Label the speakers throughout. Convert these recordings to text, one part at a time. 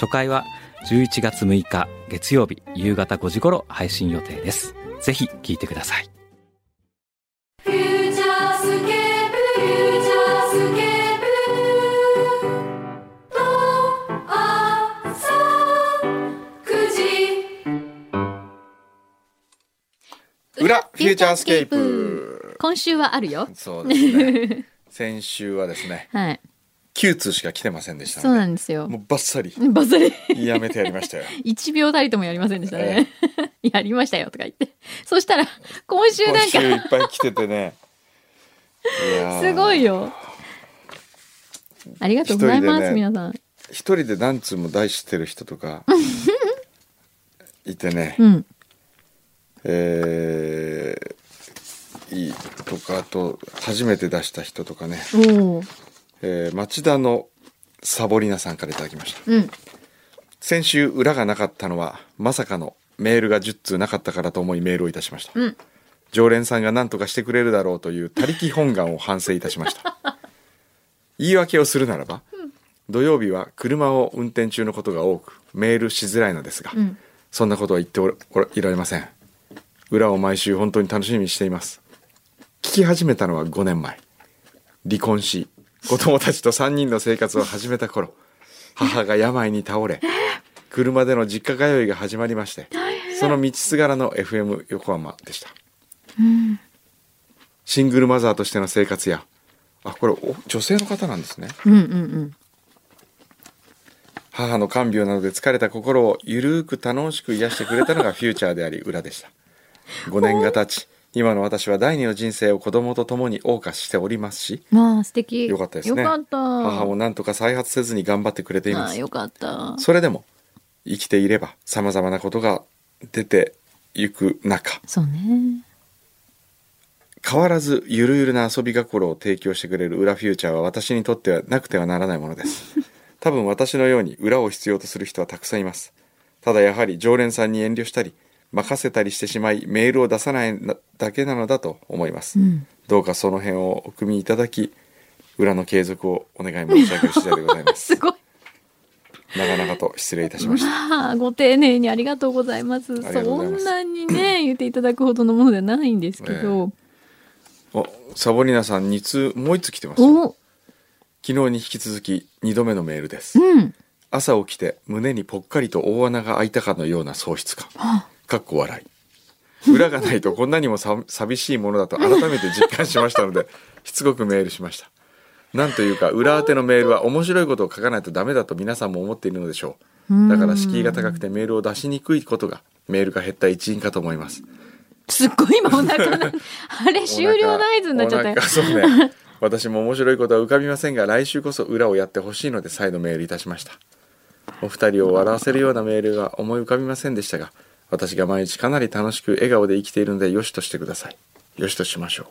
Speaker 1: 初回は11月6日月曜日夕方5時頃配信予定ですぜひ聞いてください
Speaker 2: フューチャースケープフューチャースケープと朝9時
Speaker 3: 裏フューチャースケープ
Speaker 4: 今週はあるよ
Speaker 3: そうです ね先週はですね
Speaker 4: はい
Speaker 3: 9通しか来てませんでした
Speaker 4: そうな
Speaker 3: の
Speaker 4: んですよ
Speaker 3: でもうバッサリ
Speaker 4: バズり
Speaker 3: や めてやりました よ
Speaker 4: 1秒たりともやりませんでしたね やりましたよとか言ってそしたら今週
Speaker 3: 今
Speaker 4: なん
Speaker 3: 週いっ
Speaker 4: か
Speaker 3: ぱい来てて ねいやー
Speaker 4: すごいよありがとうございま
Speaker 3: 一人
Speaker 4: す、
Speaker 3: でね
Speaker 4: 皆さん
Speaker 3: 一人で何通も題してる人とかいてね、
Speaker 4: うん
Speaker 3: えーいいとかあと初めて出した人とかね、
Speaker 4: おお
Speaker 3: えー町田のサボリナさんからいただきました
Speaker 4: うん
Speaker 3: 先週裏がなかったのはまさかのメールが10通なかったからと思いメールをいたしました、
Speaker 4: うん
Speaker 3: 常連さんが何とかしてくれるだろうという他力本願を反省いたしました言い訳をするならば、土曜日は車を運転中のことが多くメールしづらいのですが、
Speaker 4: ん
Speaker 3: そんなことは言っておらおらいられません裏を毎週本当に楽しみにしています聞き始めたのは5年前離婚し子供たちと3人の生活を始めた頃母が病に倒れ車での実家通いが始まりましてその道すがらの FM 横浜でした、シングルマザーとしての生活やあこれお女性の方なんですね
Speaker 4: うんうんうん
Speaker 3: 母の看病などで疲れた心をゆるーく楽しく癒してくれたのがフューチャーであり裏でした5年が経ち今の私は第二の人生を子供と共に謳歌しておりますし
Speaker 4: まあ素敵
Speaker 3: よかったですね
Speaker 4: よかった
Speaker 3: 母もなんとか再発せずに頑張ってくれてい
Speaker 4: あ
Speaker 3: ま
Speaker 4: あ
Speaker 3: す
Speaker 4: よかった
Speaker 3: それでも生きていればさまざまなことが出てゆく中
Speaker 4: そうね
Speaker 3: 変わらずゆるゆるな遊び心を提供してくれる裏フューチャーは私にとってはなくてはならないものです 多分私のように裏を必要とする人はたくさんいますただやはり常連さんに遠慮したり任せたりしてしまいメールを出さないなだけなのだと思います、どうかその辺をお汲みいただき裏の継続をお願い申し上げる次第でございます
Speaker 4: すごい
Speaker 3: 長々と失礼いたしました
Speaker 4: まあ、ご丁寧にありがとうございます。
Speaker 3: ありがとうご
Speaker 4: そ
Speaker 3: ざいま
Speaker 4: ん
Speaker 3: す
Speaker 4: なにね、言っていただくほどのものではないんですけど。
Speaker 3: おサボリナさん2通もう1通来てますよ
Speaker 4: お、
Speaker 3: 昨日に引き続き2度目のメールです
Speaker 4: うん、
Speaker 3: 朝起きて胸にぽっかりと大穴が開いたかのような喪失感かっこ笑い裏がないとこんなにもさ寂しいものだと改めて実感しましたの でしつこくメールしましたなんというか裏宛てのメールは面白いことを書かないとダメだと皆さんも思っているのでしょうだから敷居が高くてメールを出しにくいことがメールが減った一因かと思います
Speaker 4: すっごい今お 腹な、あれ終了ナイズになっちゃった
Speaker 3: お
Speaker 4: よ
Speaker 3: 腹。そうね 私も面白いことは浮かびませんが来週こそ裏をやってほしいので再度メールいたしましたお二人を笑わせるようなメールが思い浮かびませんでしたが私が毎日かなり楽しく笑顔で生きているのでよしとしてくださいよしとしましょ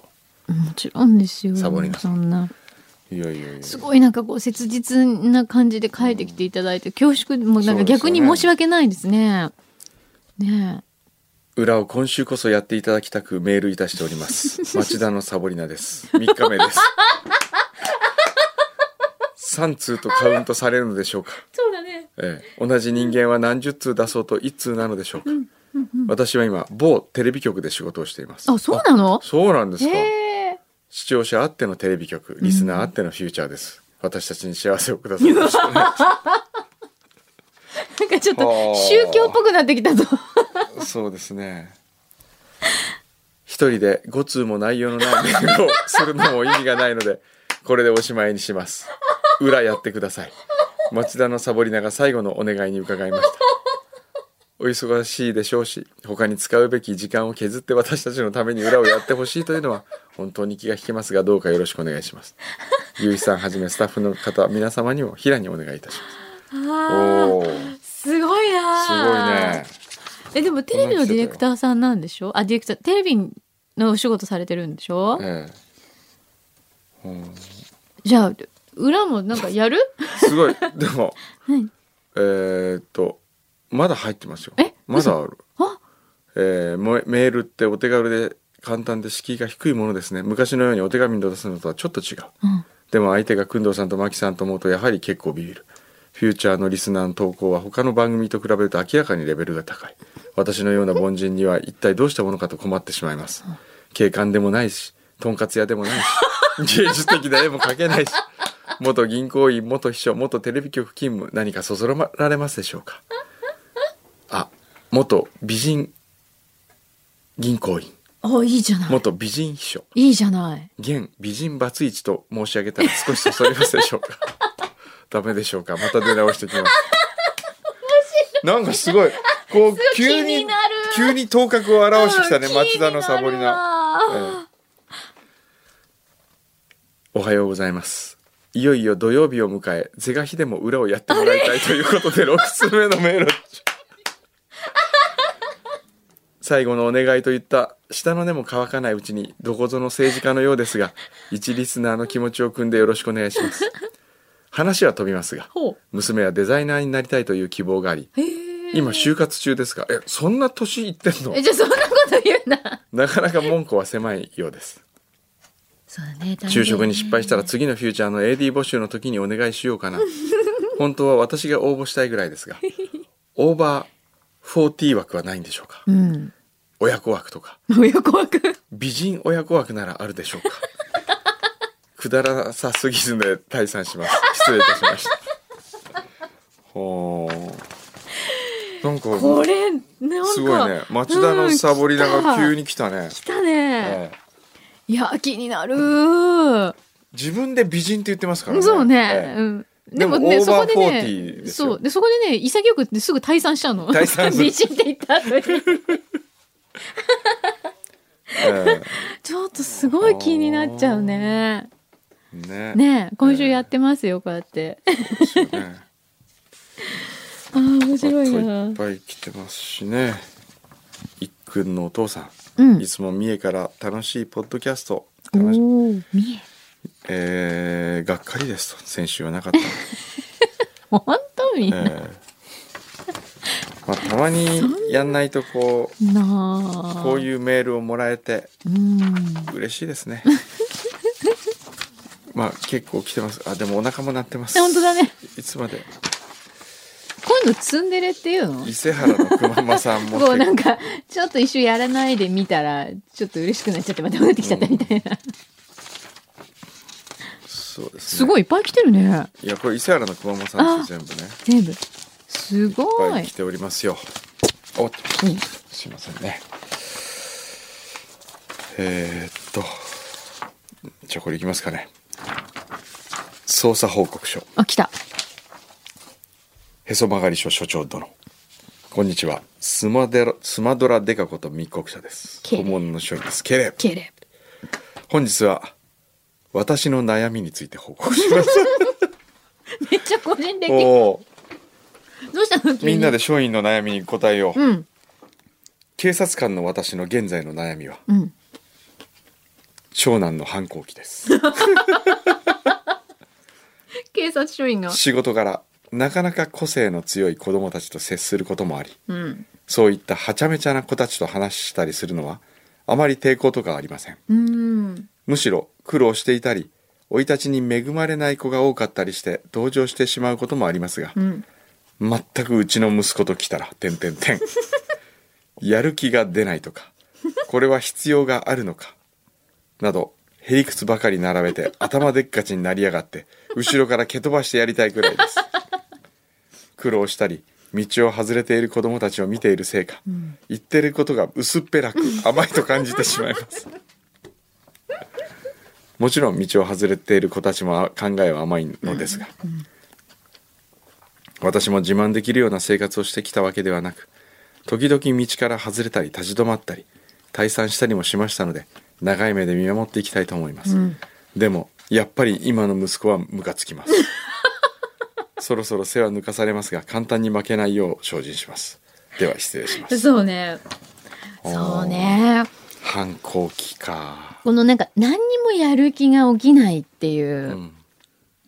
Speaker 4: もちろんですよ。
Speaker 3: サボりなさ
Speaker 4: そんな。
Speaker 3: ういやいやいや
Speaker 4: すごいなんかこう切実な感じで書いてきていただいて、恐縮もうなんか逆に
Speaker 3: そうですよね
Speaker 4: 申し訳ないですね。ね
Speaker 3: 裏を今週こそやっていただきたくメールいたしております 町田のサボリナです3日目です3通とカウントされるのでしょうか
Speaker 4: そうだね。
Speaker 3: ええ、同じ人間は何十通出そうと一通なのでしょうか、私は今某テレビ局で仕事をしています
Speaker 4: あ、そうなの
Speaker 3: そうなんですか、
Speaker 4: へえ。
Speaker 3: 視聴者あってのテレビ局リスナーあってのフューチャーです、私たちに幸せをくださいよろしくお願いし
Speaker 4: なんかちょっ
Speaker 3: はあ
Speaker 4: と宗教っぽくなってきた ぞ。
Speaker 3: ますそうですね一人で5通も内容のないメールをするのも意味がないのでこれでおしまいにします裏やってください町田のサボリナが最後のお願いに伺いましたお忙しいでしょうし他に使うべき時間を削って私たちのために裏をやってほしいというのは本当に気が引けますがどうかよろしくお願いします結城さんはじめスタッフの方皆様にも平にお願いいたしますおー
Speaker 4: え、でもテレビのディレクターさんなんでしょあ、ディレクター、テレビのお仕事されてるんでしょ
Speaker 3: ええうん
Speaker 4: じゃあ、裏もなんかやる
Speaker 3: すごいでも
Speaker 4: はい
Speaker 3: えーっとまだ入ってますよ
Speaker 4: え
Speaker 3: まだある
Speaker 4: あ
Speaker 3: えーもメールってお手軽で簡単で敷居が低いものですね昔のようにお手紙に出すのとはちょっと違う、
Speaker 4: ん
Speaker 3: でも相手が工藤さんとマキさんと思うとやはり結構ビビるフューチャーのリスナーの投稿は他の番組と比べると明らかにレベルが高い私のような凡人には一体どうしたものかと困ってしまいます警官でもないしとんかつ屋でもないし芸術的な絵も描けないし元銀行員元秘書元テレビ局勤務何かそそられますでしょうかあ元美人銀行員
Speaker 4: あ、いいじゃない。
Speaker 3: 元美人秘書
Speaker 4: いいじゃない。
Speaker 3: 現美人バツイチと申し上げたら少しそそりますでしょう かダメでしょうかまた出直してきますなんかすごいこう急
Speaker 4: 気
Speaker 3: に
Speaker 4: になる
Speaker 3: 急に頭角を現してきたね町田のサボりな、
Speaker 4: 気にな
Speaker 3: え
Speaker 4: るわ
Speaker 3: えおはようございますいよいよ土曜日を迎え是が非でも裏をやってもらいたいということで6つ目のメールを最後のお願いといった下の根も乾かないうちにどこぞの政治家のようですが一リスナーの気持ちを汲んでよろしくお願いします話は飛びますが
Speaker 4: ほ
Speaker 3: 娘はデザイナーになりたいという希望があり
Speaker 4: う。へえ。
Speaker 3: 今就活中ですがえそんな年いってんの
Speaker 4: え、じゃあそんなこと言うな。
Speaker 3: なかなか門戸は狭いようです
Speaker 4: そうだね。
Speaker 3: 就職に失敗したら次のフューチャーの AD 募集の時にお願いしよう かな本当は私が応募したいぐらいですがオーバー40枠はないんでしょうか
Speaker 4: うん。
Speaker 3: 親子枠とか
Speaker 4: 親子枠。
Speaker 3: 美人親子枠ならあるでしょうか くだらなさすぎずで退散します失礼いたしましたほうなんか
Speaker 4: これ、なんか。
Speaker 3: すごいね町田のサボリナが急
Speaker 4: に。
Speaker 3: に来たね、
Speaker 4: 来たね。
Speaker 3: ええ
Speaker 4: いや、気になる。
Speaker 3: 自分で美人って言ってますからね
Speaker 4: そう
Speaker 3: え
Speaker 4: ね。
Speaker 3: え
Speaker 4: うん。
Speaker 3: で
Speaker 4: で
Speaker 3: も
Speaker 4: もね、
Speaker 3: オー
Speaker 4: そ
Speaker 3: バー
Speaker 4: こで
Speaker 3: 40
Speaker 4: ね、
Speaker 3: ですよ
Speaker 4: そう。で、そこでね、潔くってすぐ退散しちゃうの。
Speaker 3: 退散する
Speaker 4: 美人って言った後に。
Speaker 3: え
Speaker 4: ちょっとすごい気になっちゃうね。
Speaker 3: えね
Speaker 4: ねえ今週やってますよ、こうやって。
Speaker 3: ね
Speaker 4: ああ、面白い
Speaker 3: あといっ
Speaker 4: な。
Speaker 3: ぱい来てますしねいっくんのお父さ、
Speaker 4: うんん
Speaker 3: い。つも三重から楽しいポッドキャスト
Speaker 4: お
Speaker 3: 楽し
Speaker 4: おー、見え。
Speaker 3: えーがっかりですと先週はなかったので、
Speaker 4: 本当みんな。
Speaker 3: え ーまあ、たまにやんないとこう
Speaker 4: なあ。
Speaker 3: こう
Speaker 4: う。
Speaker 3: いうメールをもらえて
Speaker 4: うん。
Speaker 3: 嬉しいです ねまあ結構来てますあでもお腹も鳴ってます
Speaker 4: 本当だね。
Speaker 3: いつまで
Speaker 4: こういうのツンデレっていうの
Speaker 3: 伊勢原の熊間さんも
Speaker 4: こうなんか、ちょっと一瞬やらないで見たら、ちょっと嬉しくなっちゃって、また戻ってきちゃったみたいな。
Speaker 3: そうです、ね、
Speaker 4: すごいいっぱい来てるね。
Speaker 3: いやこれ伊勢原の熊間さんですよ全部ね
Speaker 4: 全部。す
Speaker 3: いっ
Speaker 4: ご
Speaker 3: ぱい
Speaker 4: い
Speaker 3: 来。ておりますよ。おっと
Speaker 4: うん
Speaker 3: すいませんね。えー、っと、じゃあこれいきますかね。捜査報告書、
Speaker 4: あ、来た。
Speaker 3: へそ曲がり署署長殿。こんにちは。スマデラ、スマドラデカこと密告者です。
Speaker 4: けれ
Speaker 3: 顧問の署員です。けれ、
Speaker 4: ケレ
Speaker 3: 本日は、私の悩みについて報告し ます。
Speaker 4: ブ。めっちゃ個人的。ど
Speaker 3: おー
Speaker 4: うしたの急に
Speaker 3: みんなで署員の悩みに答えよう。
Speaker 4: うん。
Speaker 3: 警察官の私の現在の悩みは、
Speaker 4: うん
Speaker 3: 長男の反抗期です。
Speaker 4: 警察署員が。
Speaker 3: 仕事柄なかなか個性の強い子供たちと接することもあり
Speaker 4: うん。
Speaker 3: そういったはちゃめちゃな子たちと話したりするのはあまり抵抗とかはありません
Speaker 4: うん。
Speaker 3: むしろ苦労していたり生い立ちに恵まれない子が多かったりして同情してしまうこともありますが、
Speaker 4: ん
Speaker 3: 全くうちの息子と来たら点点点やる気が出ないとかこれは必要があるのかなどへりくつばかり並べて頭でっかちになりやがって後ろから蹴飛ばしてやりたいくらいです苦労したり道を外れている子供たちを見ているせいか、言ってることが薄っぺらく甘いと感じてしまいますもちろん道を外れている子たちも考えは甘いのですが、私も自慢できるような生活をしてきたわけではなく時々道から外れたり立ち止まったり退散したりもしましたので長い目で見守っていきたいと思います、でもやっぱり今の息子はムカつきます そろそろ背は抜かされますが簡単に負けないよう精進しますでは失礼します
Speaker 4: そうねそうね
Speaker 3: 反抗期か、、
Speaker 4: このなんか何にもやる気が起きないっていううん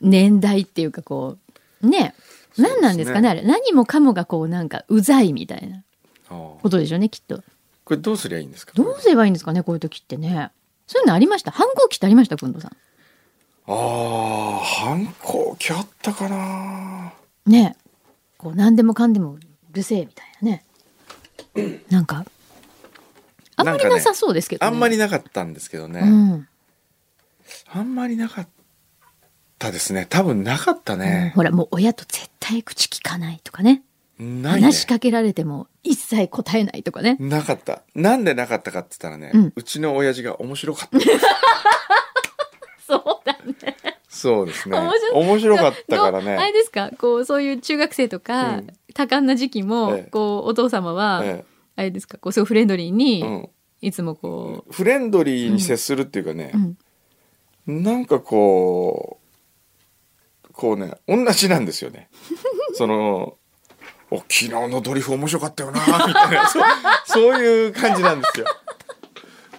Speaker 4: 年代っていうかこうね
Speaker 3: そうですね
Speaker 4: 何なんですかねあれ何もかもがこうなんかうざいみたいな
Speaker 3: あー
Speaker 4: ことでしょうねきっと
Speaker 3: これどうすりゃいいんですか
Speaker 4: どうすればいいんですかねこういう時ってねそういうのありました反抗期ってありましたくんどさ
Speaker 3: ああ反抗期あったかなん
Speaker 4: ねこう何でもかんでもうるせえみたいなねなんかあんまりなさそうですけど、ね
Speaker 3: あんまりなかったんですけどね、
Speaker 4: うん
Speaker 3: あんまりなかったですね多分なかった
Speaker 4: うん
Speaker 3: ね、
Speaker 4: ほらもう親と絶対口聞かないとかね
Speaker 3: ないね
Speaker 4: 話しかけられても一切答えないとかね
Speaker 3: なかったなんでなかったかって言ったらね、
Speaker 4: う
Speaker 3: うんちの親父が面白かった
Speaker 4: そうだ
Speaker 3: そうですね
Speaker 4: 面白
Speaker 3: 面白かったから
Speaker 4: のあれ
Speaker 3: ね、
Speaker 4: ですかこうそういう中学生と
Speaker 3: う
Speaker 4: か、
Speaker 3: ん
Speaker 4: 多感な時期も、
Speaker 3: ええ
Speaker 4: こうお父様は、
Speaker 3: え
Speaker 4: あれですかこうすごいフレンドリー
Speaker 3: え
Speaker 4: に、
Speaker 3: うん、
Speaker 4: いつもこ
Speaker 3: フレンドリーに接するっていうかね
Speaker 4: う、う、ん、
Speaker 3: なんかこうこうね同じなんですよ ねそのお昨日のドリフ面白かったよなみたいな そうそういう感じなんですよ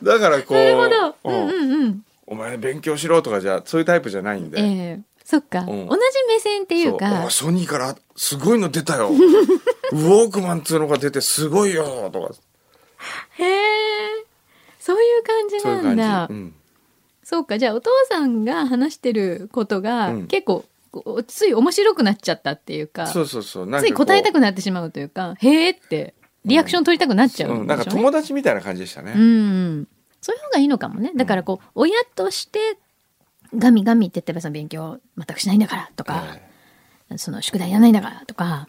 Speaker 3: だからこう
Speaker 4: なるほど、う
Speaker 3: うん
Speaker 4: んうんうん、
Speaker 3: お前勉強しろとかじゃそういうタイプじゃないんで、
Speaker 4: ええそっか、
Speaker 3: ん
Speaker 4: 同じ目線っていう
Speaker 3: そう
Speaker 4: か
Speaker 3: おソニーからすごいの出た よウォークマンっつうのが出てすごいよとか
Speaker 4: へえそういう感じ
Speaker 3: そうい
Speaker 4: な
Speaker 3: うん感じ
Speaker 4: だ
Speaker 3: うん
Speaker 4: そうかじゃあお父さんが話してることが、
Speaker 3: うん
Speaker 4: 結構こうつい面白くなっちゃったっていうか
Speaker 3: そうそうそうなんか
Speaker 4: つい答えた
Speaker 3: く
Speaker 4: くなってしまうというか「へえ」ってリアクション取りたくなっちゃ
Speaker 3: な
Speaker 4: う
Speaker 3: んか
Speaker 4: でしょうね
Speaker 3: 友達みたいな感じでしたね、
Speaker 4: うん、そういう方がいいのかもね。だからこう、親として、ガミガミって言ってばその勉強全くしないんだからとか、
Speaker 3: え
Speaker 4: その宿題やらないんだからとか、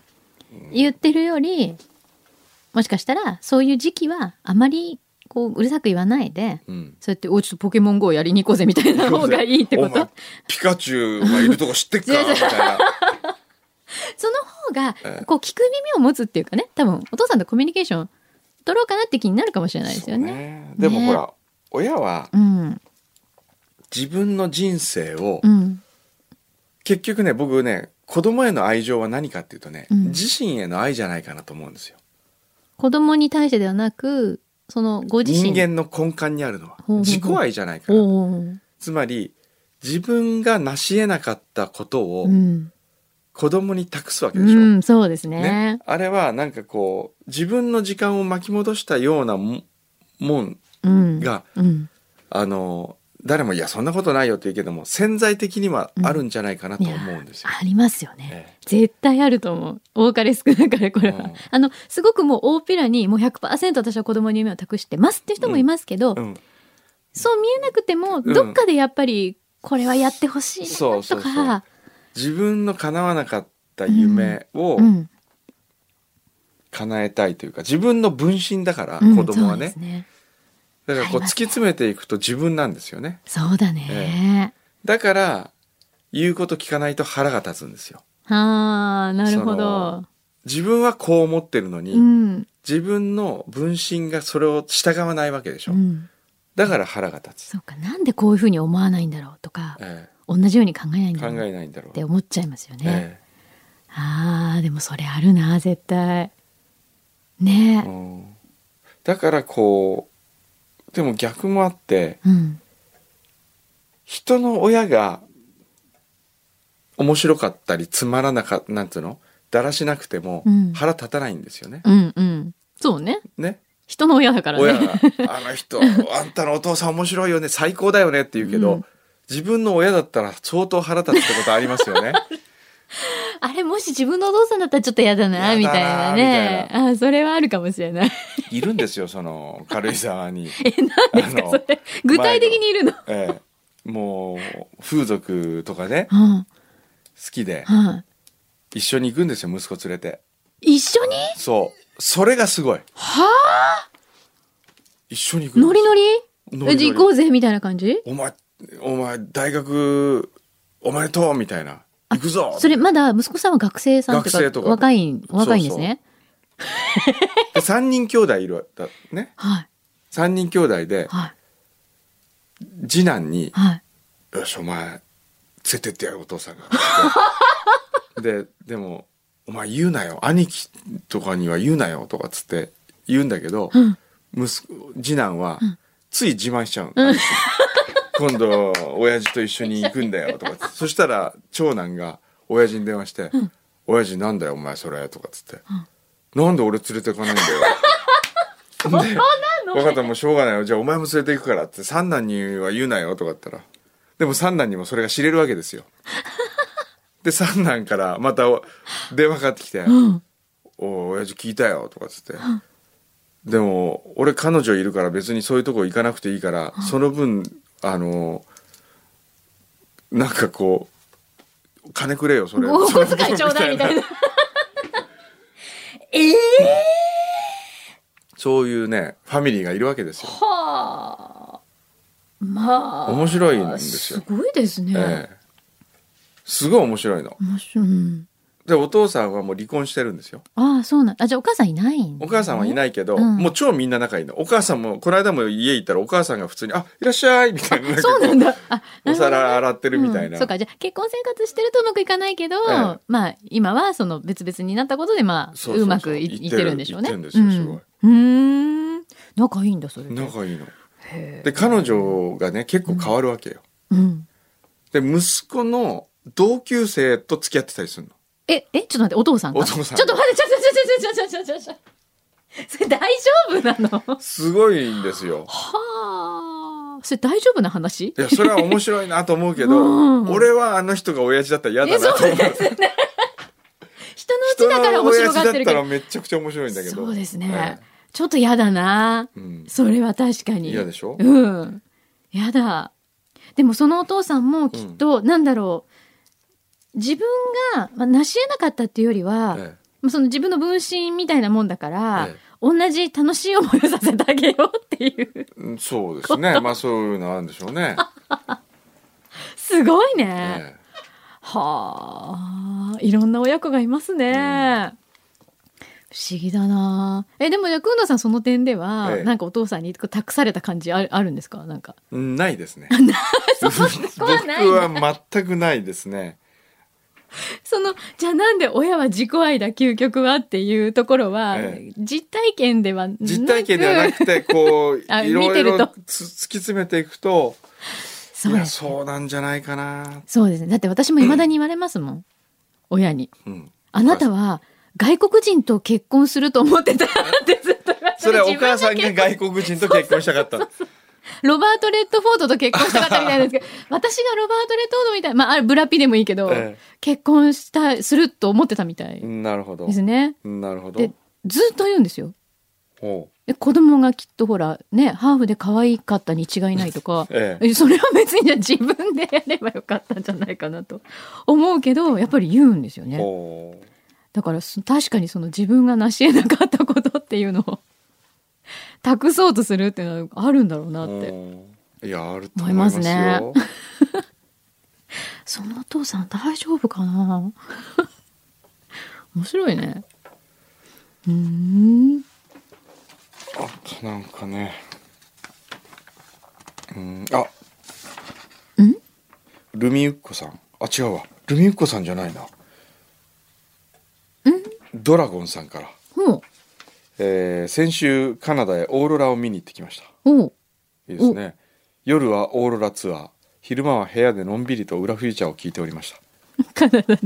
Speaker 4: 言ってるより、もしかしたらそういう時期はあまりこううるさく言わないで、
Speaker 3: えうん
Speaker 4: そうやって、おうちょっとポケモン GO やりに行こうぜみたいな方がいいってこ
Speaker 3: お 前
Speaker 4: と
Speaker 3: ピカチュウがいるとこ知ってっかみたいな
Speaker 4: その方
Speaker 3: え
Speaker 4: が、
Speaker 3: え
Speaker 4: こう聞く耳を持つっていうかね、多分お父さんとコミュニケーション取ろうかなって気になるかもしれないですよね。
Speaker 3: ねでもほら、親は
Speaker 4: うん、
Speaker 3: 自分の人生を、
Speaker 4: うん、
Speaker 3: 結局ね僕ね子供への愛情は何かっていうとね、
Speaker 4: うん
Speaker 3: 自身への愛じゃないかなと思うんですよ
Speaker 4: 子供に対してではなく、そのご自身
Speaker 3: 人間の根幹にあるのは
Speaker 4: ほうほうほう
Speaker 3: 自己愛じゃないかな
Speaker 4: おう
Speaker 3: つまり自分が成し得なかったこと
Speaker 4: お
Speaker 3: を
Speaker 4: う、うん、
Speaker 3: 子供に託すわけ
Speaker 4: う
Speaker 3: でしょ、
Speaker 4: ん、そうですね。
Speaker 3: ね、あれはなんかこう自分の時間を巻き戻したようなももん
Speaker 4: うん、
Speaker 3: が
Speaker 4: うん、
Speaker 3: あの誰も「いやそんなことないよ」って言うけども潜在的にはあるんじゃないかなと
Speaker 4: いや
Speaker 3: 思うんですよ。
Speaker 4: ありますよね。
Speaker 3: え
Speaker 4: 絶対あると思う。多かれ少なかれこれは。
Speaker 3: うん
Speaker 4: あの、すごくもう大っぺらにもう100%私は子供に夢を託してますって人もいますけど、
Speaker 3: えうん
Speaker 4: そう見えなくても、
Speaker 3: ん
Speaker 4: どっかでやっぱりこれはやってほしいなとか、
Speaker 3: そうそうそう自分の叶わなかった夢を
Speaker 4: うん、
Speaker 3: 叶えたいというか、自分の分身だから、
Speaker 4: うん
Speaker 3: 子供は
Speaker 4: そうで
Speaker 3: ね
Speaker 4: すね。
Speaker 3: だからこう
Speaker 4: あり
Speaker 3: 突
Speaker 4: ま
Speaker 3: き
Speaker 4: すね
Speaker 3: 詰めていくと自分なんですよね
Speaker 4: そうだね。
Speaker 3: だから言うこと聞かないと腹が立つんですよ
Speaker 4: ああ、なるほ
Speaker 3: そ
Speaker 4: ど
Speaker 3: の。自分はこう思ってるのに、
Speaker 4: うん、
Speaker 3: 自分の分身がそれを従わないわけでし
Speaker 4: う
Speaker 3: ょ、
Speaker 4: ん、
Speaker 3: だから腹が立つ、
Speaker 4: そうか。なんでこういうふうに思わないんだろうとか、
Speaker 3: え
Speaker 4: 同じように考えないん
Speaker 3: え
Speaker 4: だ
Speaker 3: 考
Speaker 4: ろう
Speaker 3: えないんだろう
Speaker 4: って思っちゃいますよね。
Speaker 3: え
Speaker 4: あーでもそれあるな絶対ね
Speaker 3: えうんだからこうでも逆もあって
Speaker 4: えうん
Speaker 3: 人の親が面白かったりつまらなかったなんつうのだらしなくても
Speaker 4: うん
Speaker 3: 腹立たないんですよね。
Speaker 4: うんうんそうね
Speaker 3: ね
Speaker 4: 人の親だからね
Speaker 3: 親が「あの人あんたのお父さん面白いよね最高だよね」って言うけど、
Speaker 4: うん
Speaker 3: 自分の親だったら相当腹立つってことありますよね。
Speaker 4: あれもし自分のお父さんだったらちょっと嫌だなみ
Speaker 3: 嫌だな
Speaker 4: たいなね
Speaker 3: み
Speaker 4: あーそれはあるかもしれない
Speaker 3: いるんですよその軽井沢に。
Speaker 4: え何です
Speaker 3: あ
Speaker 4: か
Speaker 3: の
Speaker 4: それ具体的にいるの
Speaker 3: ええ、もう風俗とかね
Speaker 4: は
Speaker 3: 好きで
Speaker 4: あはあ
Speaker 3: 一緒に行くんですよ息子連れて。
Speaker 4: 一緒に
Speaker 3: そうそれがすごい。
Speaker 4: はあ
Speaker 3: 一緒に行くんです
Speaker 4: ノリノリ
Speaker 3: ノリノリ
Speaker 4: えじゃあ行こうぜみたいな感じ
Speaker 3: お前、お前、大学、おめでとうみたいな。行くぞ
Speaker 4: それまだ息子さんは学生さんって
Speaker 3: 学
Speaker 4: い
Speaker 3: 生
Speaker 4: うか
Speaker 3: とか
Speaker 4: 若いお若いんですね
Speaker 3: で三人兄弟いるわ、だね。
Speaker 4: はい
Speaker 3: 三人兄弟で、
Speaker 4: はい
Speaker 3: 次男に、
Speaker 4: はい
Speaker 3: よし、お前、連れてってやる、お父さんが。で、でも、お前言うなよ兄貴とかには言うなよ」とかっつって言うんだけど、
Speaker 4: うん
Speaker 3: 息子次男は
Speaker 4: うん
Speaker 3: つい自慢しちゃうの、 今度親父と一緒に行くんだよ」とかっつってそしたら長男が親父に電話して「親父なんだよお前それ」とかっつって「なんで俺連れてかないんだよ」で分かったもうしょうがないよじゃあお前も連れて行くからって三男には言うなよとか言ったらでも三男にもそれが知れるわけ ですよで三男からまたお電話かかってきて「おお親父聞いたよ」とかっつって、でも俺彼女いるから別にそういうとこ行かなくていいから、その分あのなんかこう金くれよそれ
Speaker 4: お小遣いちょうだいみたいな。ええ
Speaker 3: そういうねファミリーがいるわけですよ
Speaker 4: はあ。まあ。
Speaker 3: 面白いんですよ
Speaker 4: すごいですね。
Speaker 3: ええすごい面白いの。
Speaker 4: 面白いうん
Speaker 3: でお父さんはもう離婚してるんですよ。
Speaker 4: ああ、そうなん。あ、じゃあお母さんいないん
Speaker 3: お母さんはい
Speaker 4: い。
Speaker 3: ないけど、
Speaker 4: うん
Speaker 3: もう超みんな仲いいの。お母さんもこの間も家行ったらお母さんが普通に「あいらっしゃい」みたいななんかこ
Speaker 4: そうな んだ。あ、
Speaker 3: お皿洗ってるみたい
Speaker 4: うん
Speaker 3: な。
Speaker 4: そうか、じゃあ結婚生活してるとうまくいかないけど、
Speaker 3: ええ
Speaker 4: まあ今はその別々になったことでまあ
Speaker 3: そうそう
Speaker 4: う
Speaker 3: そう
Speaker 4: まくい
Speaker 3: いっ
Speaker 4: いって
Speaker 3: る
Speaker 4: てるんでしょうね。
Speaker 3: いってるんですよすごい
Speaker 4: うん。うーん仲いいんだそれで。
Speaker 3: 仲いいの。
Speaker 4: へえ
Speaker 3: で彼女がね結構変わるわけよ。
Speaker 4: うん。
Speaker 3: で息子の同級生と付き合ってたりするの。
Speaker 4: ええちょっと待ってお父さんが。
Speaker 3: お父さん
Speaker 4: ちょっと待ってちょちょちょちょちょちょちょちょちょ。それ大丈夫なの？
Speaker 3: すごいんですよ。
Speaker 4: はあ。それ大丈夫な話
Speaker 3: い？やそれは面白いなと思うけど、
Speaker 4: うん
Speaker 3: 俺はあの人が親父だったら嫌だ
Speaker 4: えそ
Speaker 3: なと思
Speaker 4: う
Speaker 3: う。
Speaker 4: ですね。人のう
Speaker 3: 人
Speaker 4: ちだから
Speaker 3: の
Speaker 4: 面
Speaker 3: 親
Speaker 4: 白
Speaker 3: 父
Speaker 4: が
Speaker 3: だっ
Speaker 4: っ
Speaker 3: て
Speaker 4: る
Speaker 3: た
Speaker 4: け
Speaker 3: ら
Speaker 4: ど。
Speaker 3: めちゃくちゃ面白いんだけど。
Speaker 4: そうです
Speaker 3: え
Speaker 4: ね
Speaker 3: え。
Speaker 4: ちょっとやだな。
Speaker 3: うん
Speaker 4: それは確かに。
Speaker 3: 嫌でしょ
Speaker 4: うん。やだ。でもそのお父さんもきっと、なんだろう。自分が、まあ、成し得なかったっていうよりは、
Speaker 3: え
Speaker 4: まあその自分の分身みたいなもんだから、
Speaker 3: ええ
Speaker 4: 同じ楽しい思いをさせてあげようっていう。
Speaker 3: えうんそうですね。まあそういうのあるんでしょうね。
Speaker 4: すごいね。
Speaker 3: え
Speaker 4: はあ、いろんな親子がいますね。不思議だな。え、でも、じゃあ、くんのさん、その点では、
Speaker 3: ええ
Speaker 4: なんかお父さんにこう託された感じあるあるんですかなんか。
Speaker 3: えうんないですね。
Speaker 4: そこはない
Speaker 3: 僕は全くないですね。
Speaker 4: その、じゃあなんで親は自己愛だ、究極はっていうところは、
Speaker 3: え
Speaker 4: 実体験ではなく
Speaker 3: 実体験ではなくて、こう、
Speaker 4: あ
Speaker 3: いろ
Speaker 4: 見て
Speaker 3: い
Speaker 4: る
Speaker 3: ろ
Speaker 4: と
Speaker 3: つ突き詰めていくと、
Speaker 4: そ
Speaker 3: いう
Speaker 4: で
Speaker 3: や、
Speaker 4: す。
Speaker 3: そうなんじゃないかな。
Speaker 4: そうですね。だって私も未だに言われますもん。親に。
Speaker 3: うん。
Speaker 4: あなたは、外国人と結婚すると思ってたってずっと言われて
Speaker 3: それはお
Speaker 4: 自分
Speaker 3: 母
Speaker 4: が
Speaker 3: さんが外国人と結婚したか った。
Speaker 4: ロバート・レッドフォードと結婚したかったみたいなん ですけど、私がロバート・レッドフォードみたいな、まあ、あれブラピでもいいけど、
Speaker 3: え
Speaker 4: 結婚した、すると思ってたみたい
Speaker 3: えなるほど
Speaker 4: で。すね。
Speaker 3: なるほど
Speaker 4: で。、ずっと言うんですよ。
Speaker 3: ほ、
Speaker 4: で子供がきっとほら、ね、ハーフで可愛かったに違いないとか
Speaker 3: え
Speaker 4: えそれは別にじゃあ自分でやればよかったんじゃないかなと思うけど、やっぱり言うんですよ
Speaker 3: う
Speaker 4: ね。
Speaker 3: ほう。
Speaker 4: だからす確かにその自分が成し得なかったことっていうのを 託そうとするっていうのはあるんだろうなって。
Speaker 3: うんいや、あると思いますよ。
Speaker 4: 思いますそのお父さん大丈夫かな 面白いね。うーん。
Speaker 3: あとなんかね。うん、あ。
Speaker 4: ん
Speaker 3: ルミユッコさん。あ、違うわ。ルミユッコさんじゃないな。ドラゴンさんから。
Speaker 4: ほう。
Speaker 3: えー先週カナダへオーロラを見に行ってきました。
Speaker 4: ほう。
Speaker 3: いいですね。夜はオーロラツアー、昼間は部屋でのんびりと裏フューチャーを聞いておりました。
Speaker 4: カナダで。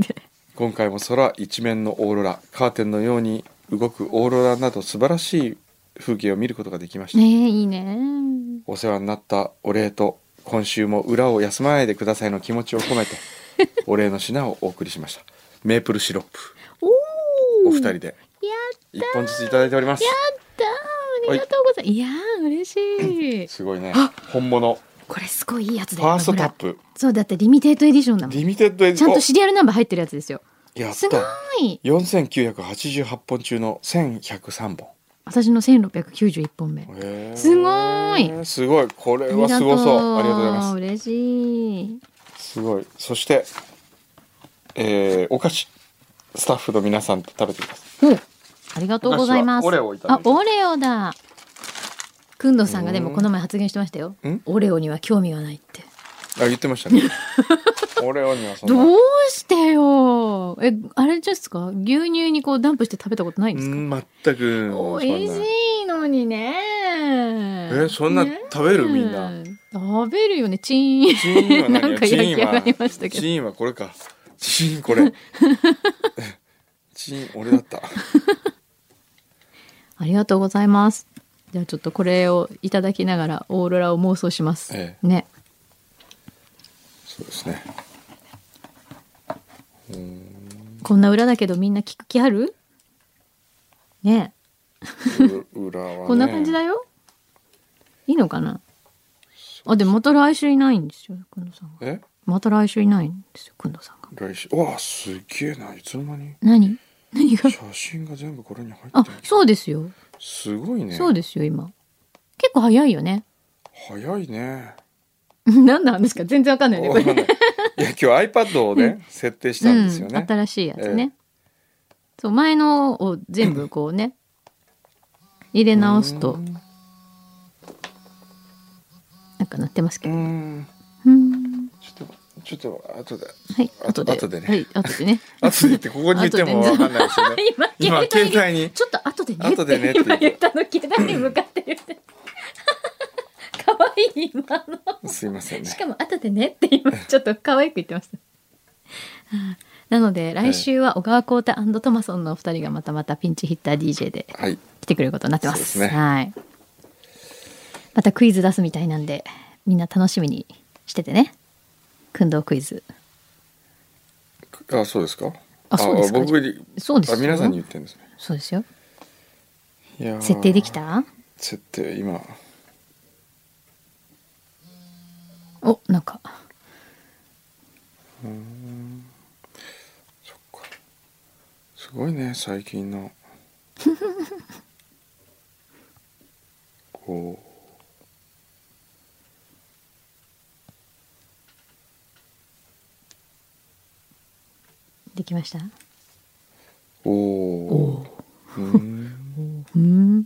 Speaker 3: 今回も空一面のオーロラ、カーテンのように動くオーロラなど素晴らしい風景を見ることができました。
Speaker 4: ねえ、いいね。
Speaker 3: お世話になったお礼と今週も裏を休まないでくださいの気持ちを込め てお礼の品をお送りしましたメープルシロップ
Speaker 4: おお。
Speaker 3: お二
Speaker 4: やっ
Speaker 3: 人で一本ずついただいております
Speaker 4: たー。ありがとうございます。いやー、嬉しい。
Speaker 3: すごいね本物
Speaker 4: これすごいいいやつ
Speaker 3: フ
Speaker 4: だよ
Speaker 3: ァーストタッ。
Speaker 4: ほ
Speaker 3: プ
Speaker 4: らそう、だってリミテッドエディションだも
Speaker 3: リ
Speaker 4: ん。
Speaker 3: ミテッドエディ
Speaker 4: ちゃんと
Speaker 3: お
Speaker 4: シリアルナンバー入ってるやつですよ。
Speaker 3: やっ
Speaker 4: すご
Speaker 3: た
Speaker 4: い。
Speaker 3: 4988本中の1103本
Speaker 4: 私の1691本目。
Speaker 3: へー
Speaker 4: すご
Speaker 3: すごいこれはすごそうありがとうございます
Speaker 4: 嬉しい。
Speaker 3: すごいそして、えーお菓子スタッフの皆さんと食べています
Speaker 4: おありがとうございます。
Speaker 3: 昔はオレオをいただいて
Speaker 4: あ、オレオだ。くんどさんがでも
Speaker 3: うん
Speaker 4: この前発言してましたよ
Speaker 3: ん。
Speaker 4: オレオには興味がないって。
Speaker 3: あ言ってま したね俺はにはそんな
Speaker 4: どうしてよえあれですか牛乳にこうダンプして食べたことないんですか
Speaker 3: うん全く
Speaker 4: 美味しいのにね
Speaker 3: えそんな
Speaker 4: ね
Speaker 3: 食べるみんな
Speaker 4: 食べるよねチーン
Speaker 3: チーンは何
Speaker 4: なんか焼き上がりましたけ
Speaker 3: チ
Speaker 4: ど
Speaker 3: ーンはこれかチーンこ れチーン俺だった
Speaker 4: ありがとうございますじゃあちょっとこれをいただきながらオーロラを妄想します、
Speaker 3: え
Speaker 4: ね
Speaker 3: そうですね
Speaker 4: こんな裏だけどみんな聞く気あるね
Speaker 3: う裏はね
Speaker 4: こんな感じだよいいのかなあでもまた来週いないんですよくんどさんが
Speaker 3: え
Speaker 4: また来週いないんですよくんどさんが
Speaker 3: 来週うわすげえないつの間に
Speaker 4: 何何が
Speaker 3: 写真が全部これに入
Speaker 4: あ
Speaker 3: ってる
Speaker 4: そうですよ
Speaker 3: すごいね
Speaker 4: そうですよ今結構早いよね
Speaker 3: 早いね
Speaker 4: 何の話ですか全然わかんないねこ
Speaker 3: わ
Speaker 4: れ
Speaker 3: かんないいや今日 iPad をね設定したんですよ
Speaker 4: う
Speaker 3: ね
Speaker 4: ん、新しいやつね、そう前のを全部こう ね入れ直すとなんかなってます
Speaker 3: う
Speaker 4: けど、
Speaker 3: ん
Speaker 4: うん
Speaker 3: ちょっとちょっと後で
Speaker 4: はい
Speaker 3: あ
Speaker 4: 後で
Speaker 3: 後でね
Speaker 4: はい後でね
Speaker 3: 後でってここにいてもわかんないですよね今携
Speaker 4: に
Speaker 3: 帯に
Speaker 4: ちょっと後でね
Speaker 3: 後でね
Speaker 4: って今
Speaker 3: って言
Speaker 4: 言ったの携帯に向かって言って 可愛い今の
Speaker 3: すいませんね
Speaker 4: しかも後でねって今ちょっと可愛く言ってました。なので来週は小川光太トマソンのお二人がまたまたピンチヒッター DJ で
Speaker 3: はい
Speaker 4: 来てくれることになってます。
Speaker 3: そうですね
Speaker 4: はい。またクイズ出すみたいなんでみんな楽しみにしててね。くんどうクイズ。
Speaker 3: あそうですか
Speaker 4: あそうですか
Speaker 3: 僕に
Speaker 4: そうですよ
Speaker 3: あ皆さんに言ってるんですね
Speaker 4: そうですよ。
Speaker 3: いやー
Speaker 4: 設定できた？
Speaker 3: 設定今
Speaker 4: おなんか
Speaker 3: そっかすごいね最近 のこ
Speaker 4: できました？
Speaker 3: うおおうーん
Speaker 4: うん。
Speaker 3: な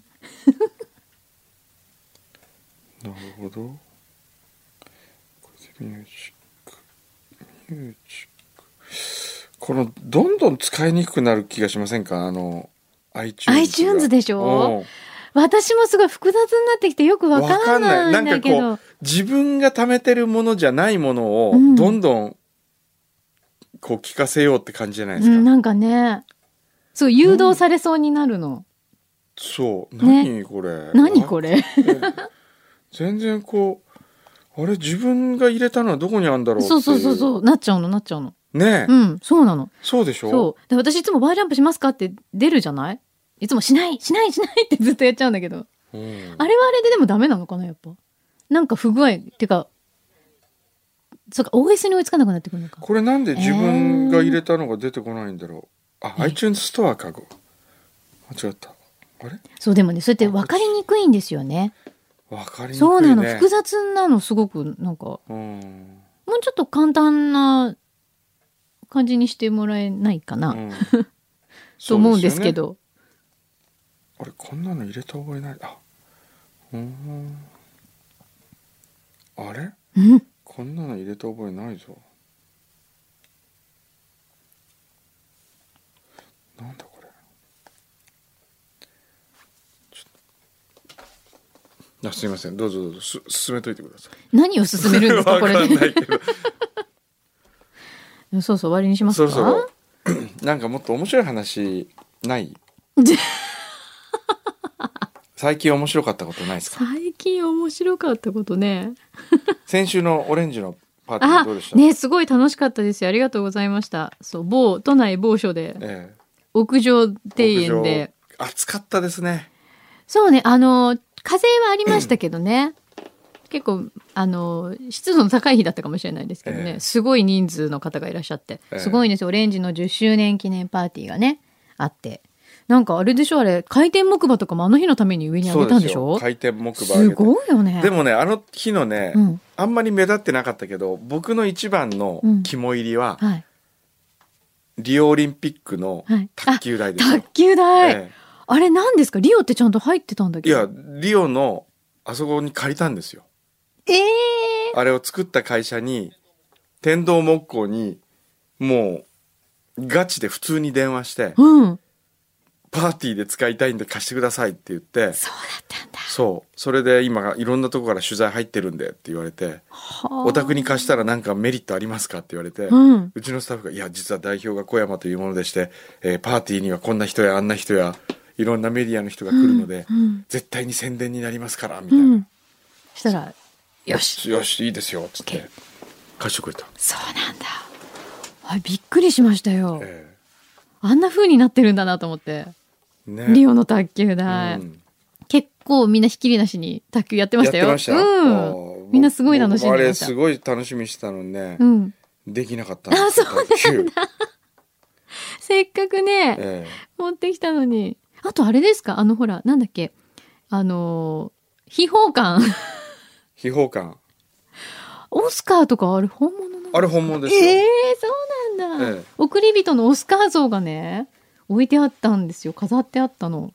Speaker 3: るほどこれでミュージックミュージックこのどんどん使いにくくなる気がしませんかあの iTunes が
Speaker 4: iTunes でしょ
Speaker 3: うん
Speaker 4: 私もすごい複雑になってきてよくわかんないんだけ
Speaker 3: わかんないなんか
Speaker 4: ど
Speaker 3: こ。う自分が貯めてるものじゃないものを
Speaker 4: うん
Speaker 3: どんどんこう聞かせようって感じじゃないです
Speaker 4: う
Speaker 3: か、
Speaker 4: ん、なんかねそう誘導されそうになるの、
Speaker 3: そう
Speaker 4: ね
Speaker 3: 何これ、
Speaker 4: 何これ
Speaker 3: れ全然こうあれ自分が入れたのはどこにあるんだろうってい
Speaker 4: そうそうそうそうなっちゃうのなっちゃうの
Speaker 3: ねえ、
Speaker 4: うんそうなの
Speaker 3: そうでしょ
Speaker 4: そうで私いつも「バージャンプしますか?」って出るじゃないいつも「しないしないしない」ってずっとやっちゃうんだけど
Speaker 3: うん
Speaker 4: あれはあれででもダメなのかなやっぱなんか不具合っていうかそうか OS に追いつかなくなってくるのか
Speaker 3: これなんで自分が入れたのが出てこないんだろう、あ iTunes ストアかご間違ったあれ
Speaker 4: そうでもねそうやって分かりにくいんですよね
Speaker 3: わかりにくいね
Speaker 4: そうなの複雑なのすごくなんか
Speaker 3: うん、
Speaker 4: もうちょっと簡単な感じにしてもらえないかな、
Speaker 3: うん、
Speaker 4: と思うんですけど
Speaker 3: あれこんなの入れた覚えないあうーんあれ
Speaker 4: うん
Speaker 3: こんなの入れた覚えないぞなんだこれちょっとあすいませんどうぞどうぞす進めといてください
Speaker 4: 何を進めるんですか
Speaker 3: わ
Speaker 4: こ
Speaker 3: かん
Speaker 4: れ
Speaker 3: な
Speaker 4: で
Speaker 3: いけど
Speaker 4: そうそう終わりにします
Speaker 3: そ
Speaker 4: か
Speaker 3: ろそろなんかもっと面白い話 ない
Speaker 4: じゃ
Speaker 3: 最近面白かったことないですか
Speaker 4: 最近面白かったことね
Speaker 3: 先週のオレンジのパーティー
Speaker 4: あ
Speaker 3: どうでした
Speaker 4: ねすごい楽しかったですよありがとうございましたそう某都内某所で
Speaker 3: ええ
Speaker 4: 屋上庭園で
Speaker 3: 屋上暑かったですね
Speaker 4: そうねあの風はありましたけどね結構あの湿度の高い日だったかもしれないですけどね、
Speaker 3: ええ
Speaker 4: すごい人数の方がいらっしゃって、
Speaker 3: ええ
Speaker 4: すごいんですよオレンジの10周年記念パーティーがねあってなんかあれでしょあれ回転木馬とかもあの日のために上に上げたんでしょ
Speaker 3: 回転木馬上
Speaker 4: す
Speaker 3: げて
Speaker 4: ごいよね
Speaker 3: でもねあの日のね、
Speaker 4: うん
Speaker 3: あんまり目立ってなかったけど僕の一番の肝入りは、
Speaker 4: はい
Speaker 3: リオオリンピックの
Speaker 4: はい
Speaker 3: 卓球台ですよ、
Speaker 4: 卓球台、
Speaker 3: え
Speaker 4: あれ何ですかリオってちゃんと入ってたんだ
Speaker 3: え
Speaker 4: け
Speaker 3: い
Speaker 4: ど
Speaker 3: やリオのあそこに借りたんですよ
Speaker 4: ええ
Speaker 3: あれを作った会社に天童木工にもうガチで普通に電話して
Speaker 4: うん。
Speaker 3: パーティーで使いたいんで貸してくださいって言って
Speaker 4: そうだったんだ。
Speaker 3: そうそれで今いろんなとこから取材入ってるんでって言われてお
Speaker 4: は
Speaker 3: 宅に貸したらなんかメリットありますかって言われて、
Speaker 4: うん
Speaker 3: ちのスタッフが「いや実は代表が小山というものでして、えーパーティーにはこんな人やあんな人やいろんなメディアの人が来るので、
Speaker 4: うん。
Speaker 3: 絶対に宣伝になりますから」みた
Speaker 4: う
Speaker 3: いな「
Speaker 4: ん。したら、よし。
Speaker 3: よしいいですよ」っつっ
Speaker 4: OK
Speaker 3: て貸してくれた、
Speaker 4: そうなんだ。あびっくりしましたよ。
Speaker 3: え
Speaker 4: あんな風になってるんだなと思って。
Speaker 3: えね
Speaker 4: リオの卓球台。
Speaker 3: うん
Speaker 4: 結構みんなひっきりなしに卓球やってま
Speaker 3: やっ
Speaker 4: し
Speaker 3: たて
Speaker 4: よ。
Speaker 3: ました
Speaker 4: うん。みんなすごい楽しん
Speaker 3: 僕
Speaker 4: で
Speaker 3: あ
Speaker 4: ま
Speaker 3: れ
Speaker 4: した。
Speaker 3: すごい楽しみにしてたのにね、
Speaker 4: うん。
Speaker 3: できなかったんですよ卓球
Speaker 4: せっかくね、
Speaker 3: え
Speaker 4: 持ってきたのに。あとあれですかあのほら、なんだっけあのー、秘宝館。
Speaker 3: え秘宝館
Speaker 4: オスカーとかあれ本物なの
Speaker 3: あれ本物ですよ、
Speaker 4: ええそうなんだ、
Speaker 3: ええ
Speaker 4: 送り人のオスカー像がね、置いてあったんですよ。飾ってあったの。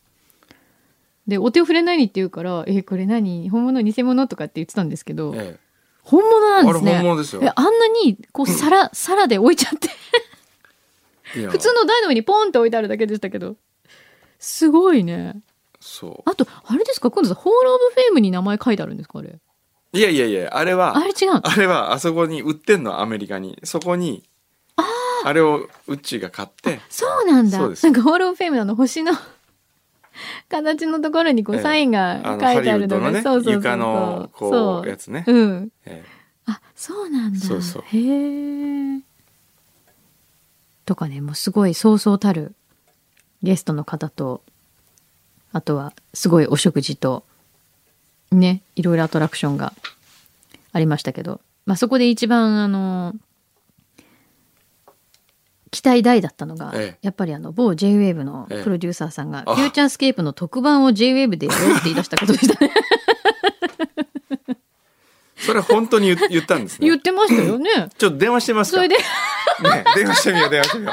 Speaker 4: で、お手を触れないにって言うから、えこれ何本物偽物とかって言ってたんですけど、
Speaker 3: ええ
Speaker 4: 本物なん
Speaker 3: あ
Speaker 4: で
Speaker 3: れ
Speaker 4: すね。
Speaker 3: 本物ですよ
Speaker 4: えあんなにこう皿皿で置いちゃって
Speaker 3: いや
Speaker 4: 普通の台の上にポンって置いてあるだけでしたけどすごいね
Speaker 3: そ
Speaker 4: あとあれですか今度さホール・オブ・フェームに名前書いてあるんですかあれ
Speaker 3: ういやいやいやあれは
Speaker 4: あれ違うの
Speaker 3: あれはあそこに売ってんのアメリカにそこにあれをうっちーが買って
Speaker 4: そうなんだ
Speaker 3: そ
Speaker 4: な
Speaker 3: うです
Speaker 4: んかホール・オブ・フェームのあの星の 形のところにこう
Speaker 3: ええ
Speaker 4: サインが
Speaker 3: あの
Speaker 4: 書
Speaker 3: ハ
Speaker 4: い
Speaker 3: リ
Speaker 4: て
Speaker 3: ウ
Speaker 4: あ
Speaker 3: ッ
Speaker 4: る
Speaker 3: ド
Speaker 4: の
Speaker 3: の
Speaker 4: が
Speaker 3: ね
Speaker 4: そうそうそう
Speaker 3: 床のこう
Speaker 4: そう
Speaker 3: やつね、
Speaker 4: うん
Speaker 3: え
Speaker 4: あそうなんだ
Speaker 3: そうそう
Speaker 4: へえとかねもうすごいそうそうたるゲストの方とあとはすごいお食事とねいろいろアトラクションがありましたけど、まあ、そこで一番あの期待大だったのが、
Speaker 3: ええ
Speaker 4: やっぱりあの某 JWAVE の
Speaker 3: ええ
Speaker 4: プロデューサーさんが「
Speaker 3: あ
Speaker 4: フューチャースケープの特番を JWAVE でやろう」って言い出したこと でしたね
Speaker 3: えそれ本当に言 言ったんです
Speaker 4: 言っ
Speaker 3: ね
Speaker 4: てましたよね。
Speaker 3: ちょっと電話してます
Speaker 4: そ
Speaker 3: か
Speaker 4: れで
Speaker 3: ね電話してみよう電話してみよ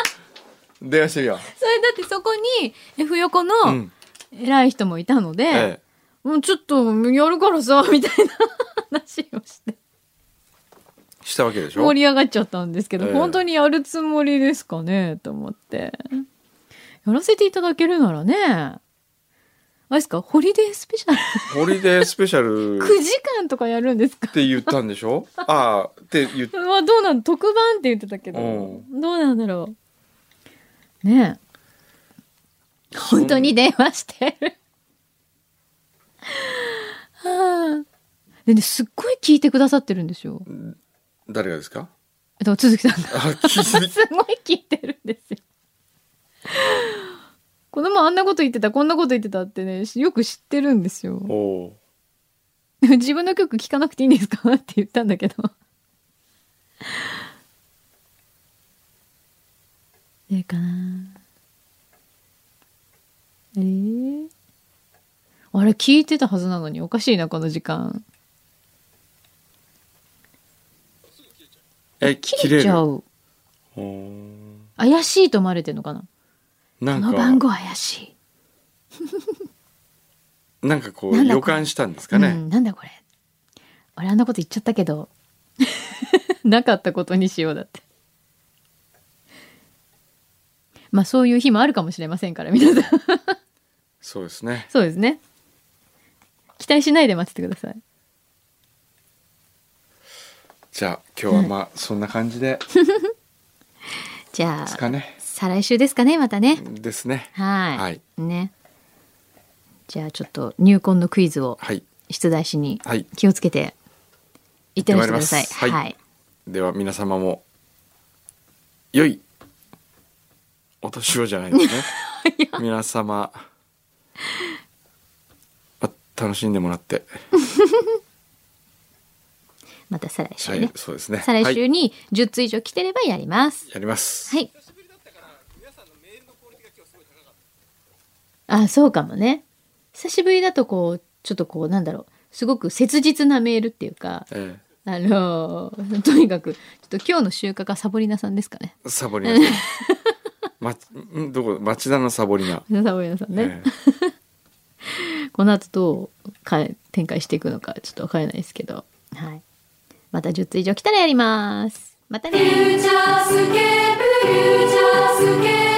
Speaker 3: う電話してみよ
Speaker 4: それだってそこに F 横の
Speaker 3: う、うん
Speaker 4: 偉い人もいたので、
Speaker 3: ええ
Speaker 4: もうちょっとやるからさみたいな話をして
Speaker 3: したわけでしょ
Speaker 4: 盛り上がっちゃったんですけど、
Speaker 3: ええ
Speaker 4: 本当にやるつもりですかねと思ってやらせていただけるならねあれですかホリデースペシ ャル
Speaker 3: ホリデースペシャル
Speaker 4: 9時間とかやるんですか
Speaker 3: って言ったんでしょああって言っ
Speaker 4: うわどうなん特番って言ってたけどど
Speaker 3: お
Speaker 4: うなんだろうねえ本当に電話してるはあでねすっごい聞いてくださってるんですよ
Speaker 3: 誰がですか
Speaker 4: えっと鈴木さんが
Speaker 3: あ聞いて
Speaker 4: すごい聞いてるんですよ子供あんなこと言ってたこんなこと言ってたってねよく知ってるんですよ
Speaker 3: おお
Speaker 4: でも 自分の曲聴かなくていいんですかって言ったんだけど。どうかなえーあれ聞いてたはずなのにおかしいなこの時間
Speaker 3: え
Speaker 4: 切れちゃ
Speaker 3: る
Speaker 4: う
Speaker 3: おー
Speaker 4: 怪しいと思われてるのかな
Speaker 3: な
Speaker 4: こ
Speaker 3: ん
Speaker 4: の番号
Speaker 3: か
Speaker 4: 怪し
Speaker 3: なんかこう
Speaker 4: なんだこれ
Speaker 3: 予感したんです
Speaker 4: い、
Speaker 3: か
Speaker 4: う
Speaker 3: ね
Speaker 4: ん、なんだこれ俺あんなこと言っちゃったけど なかったことにしようだってまあそういう日もあるかもしれませんから皆さん
Speaker 3: そうですね
Speaker 4: そうですね。期待しないで待っててください。
Speaker 3: じゃあ今日はまあそんな感じで
Speaker 4: じゃ
Speaker 3: です
Speaker 4: あ、
Speaker 3: か ね
Speaker 4: 再来週ですかね、またね。
Speaker 3: ですね
Speaker 4: はい。
Speaker 3: はい
Speaker 4: ね。じゃあ、ちょっと入婚のクイズを
Speaker 3: はい
Speaker 4: 出題しに
Speaker 3: はい
Speaker 4: 気をつけて行ってらしてください。
Speaker 3: 行ってまいります
Speaker 4: は、
Speaker 3: はいいでは皆様も良いお年をじゃない ですね皆様あ楽しんでもらって、
Speaker 4: また再来週
Speaker 3: は
Speaker 4: ね。
Speaker 3: いそうですね
Speaker 4: 再来
Speaker 3: は
Speaker 4: 週
Speaker 3: い、
Speaker 4: に10通以上来てればやります。
Speaker 3: やります、
Speaker 4: はい。あ、そうかもね。久しぶりだとこう、ちょっとこう、なんだろう。すごく切実なメールっていうか、
Speaker 3: え
Speaker 4: あのー とにかく、ちょっと今日の収穫はサボリナさんですかね。
Speaker 3: えサボリナさんま、んどこ町田のサボリナ、
Speaker 4: サボリナさんね。
Speaker 3: ええ
Speaker 4: この後どうか展開していくのかちょっとわからないですけど。はい。また10通以上来たらやります。またね
Speaker 2: フューチャースケープフューチャースケープ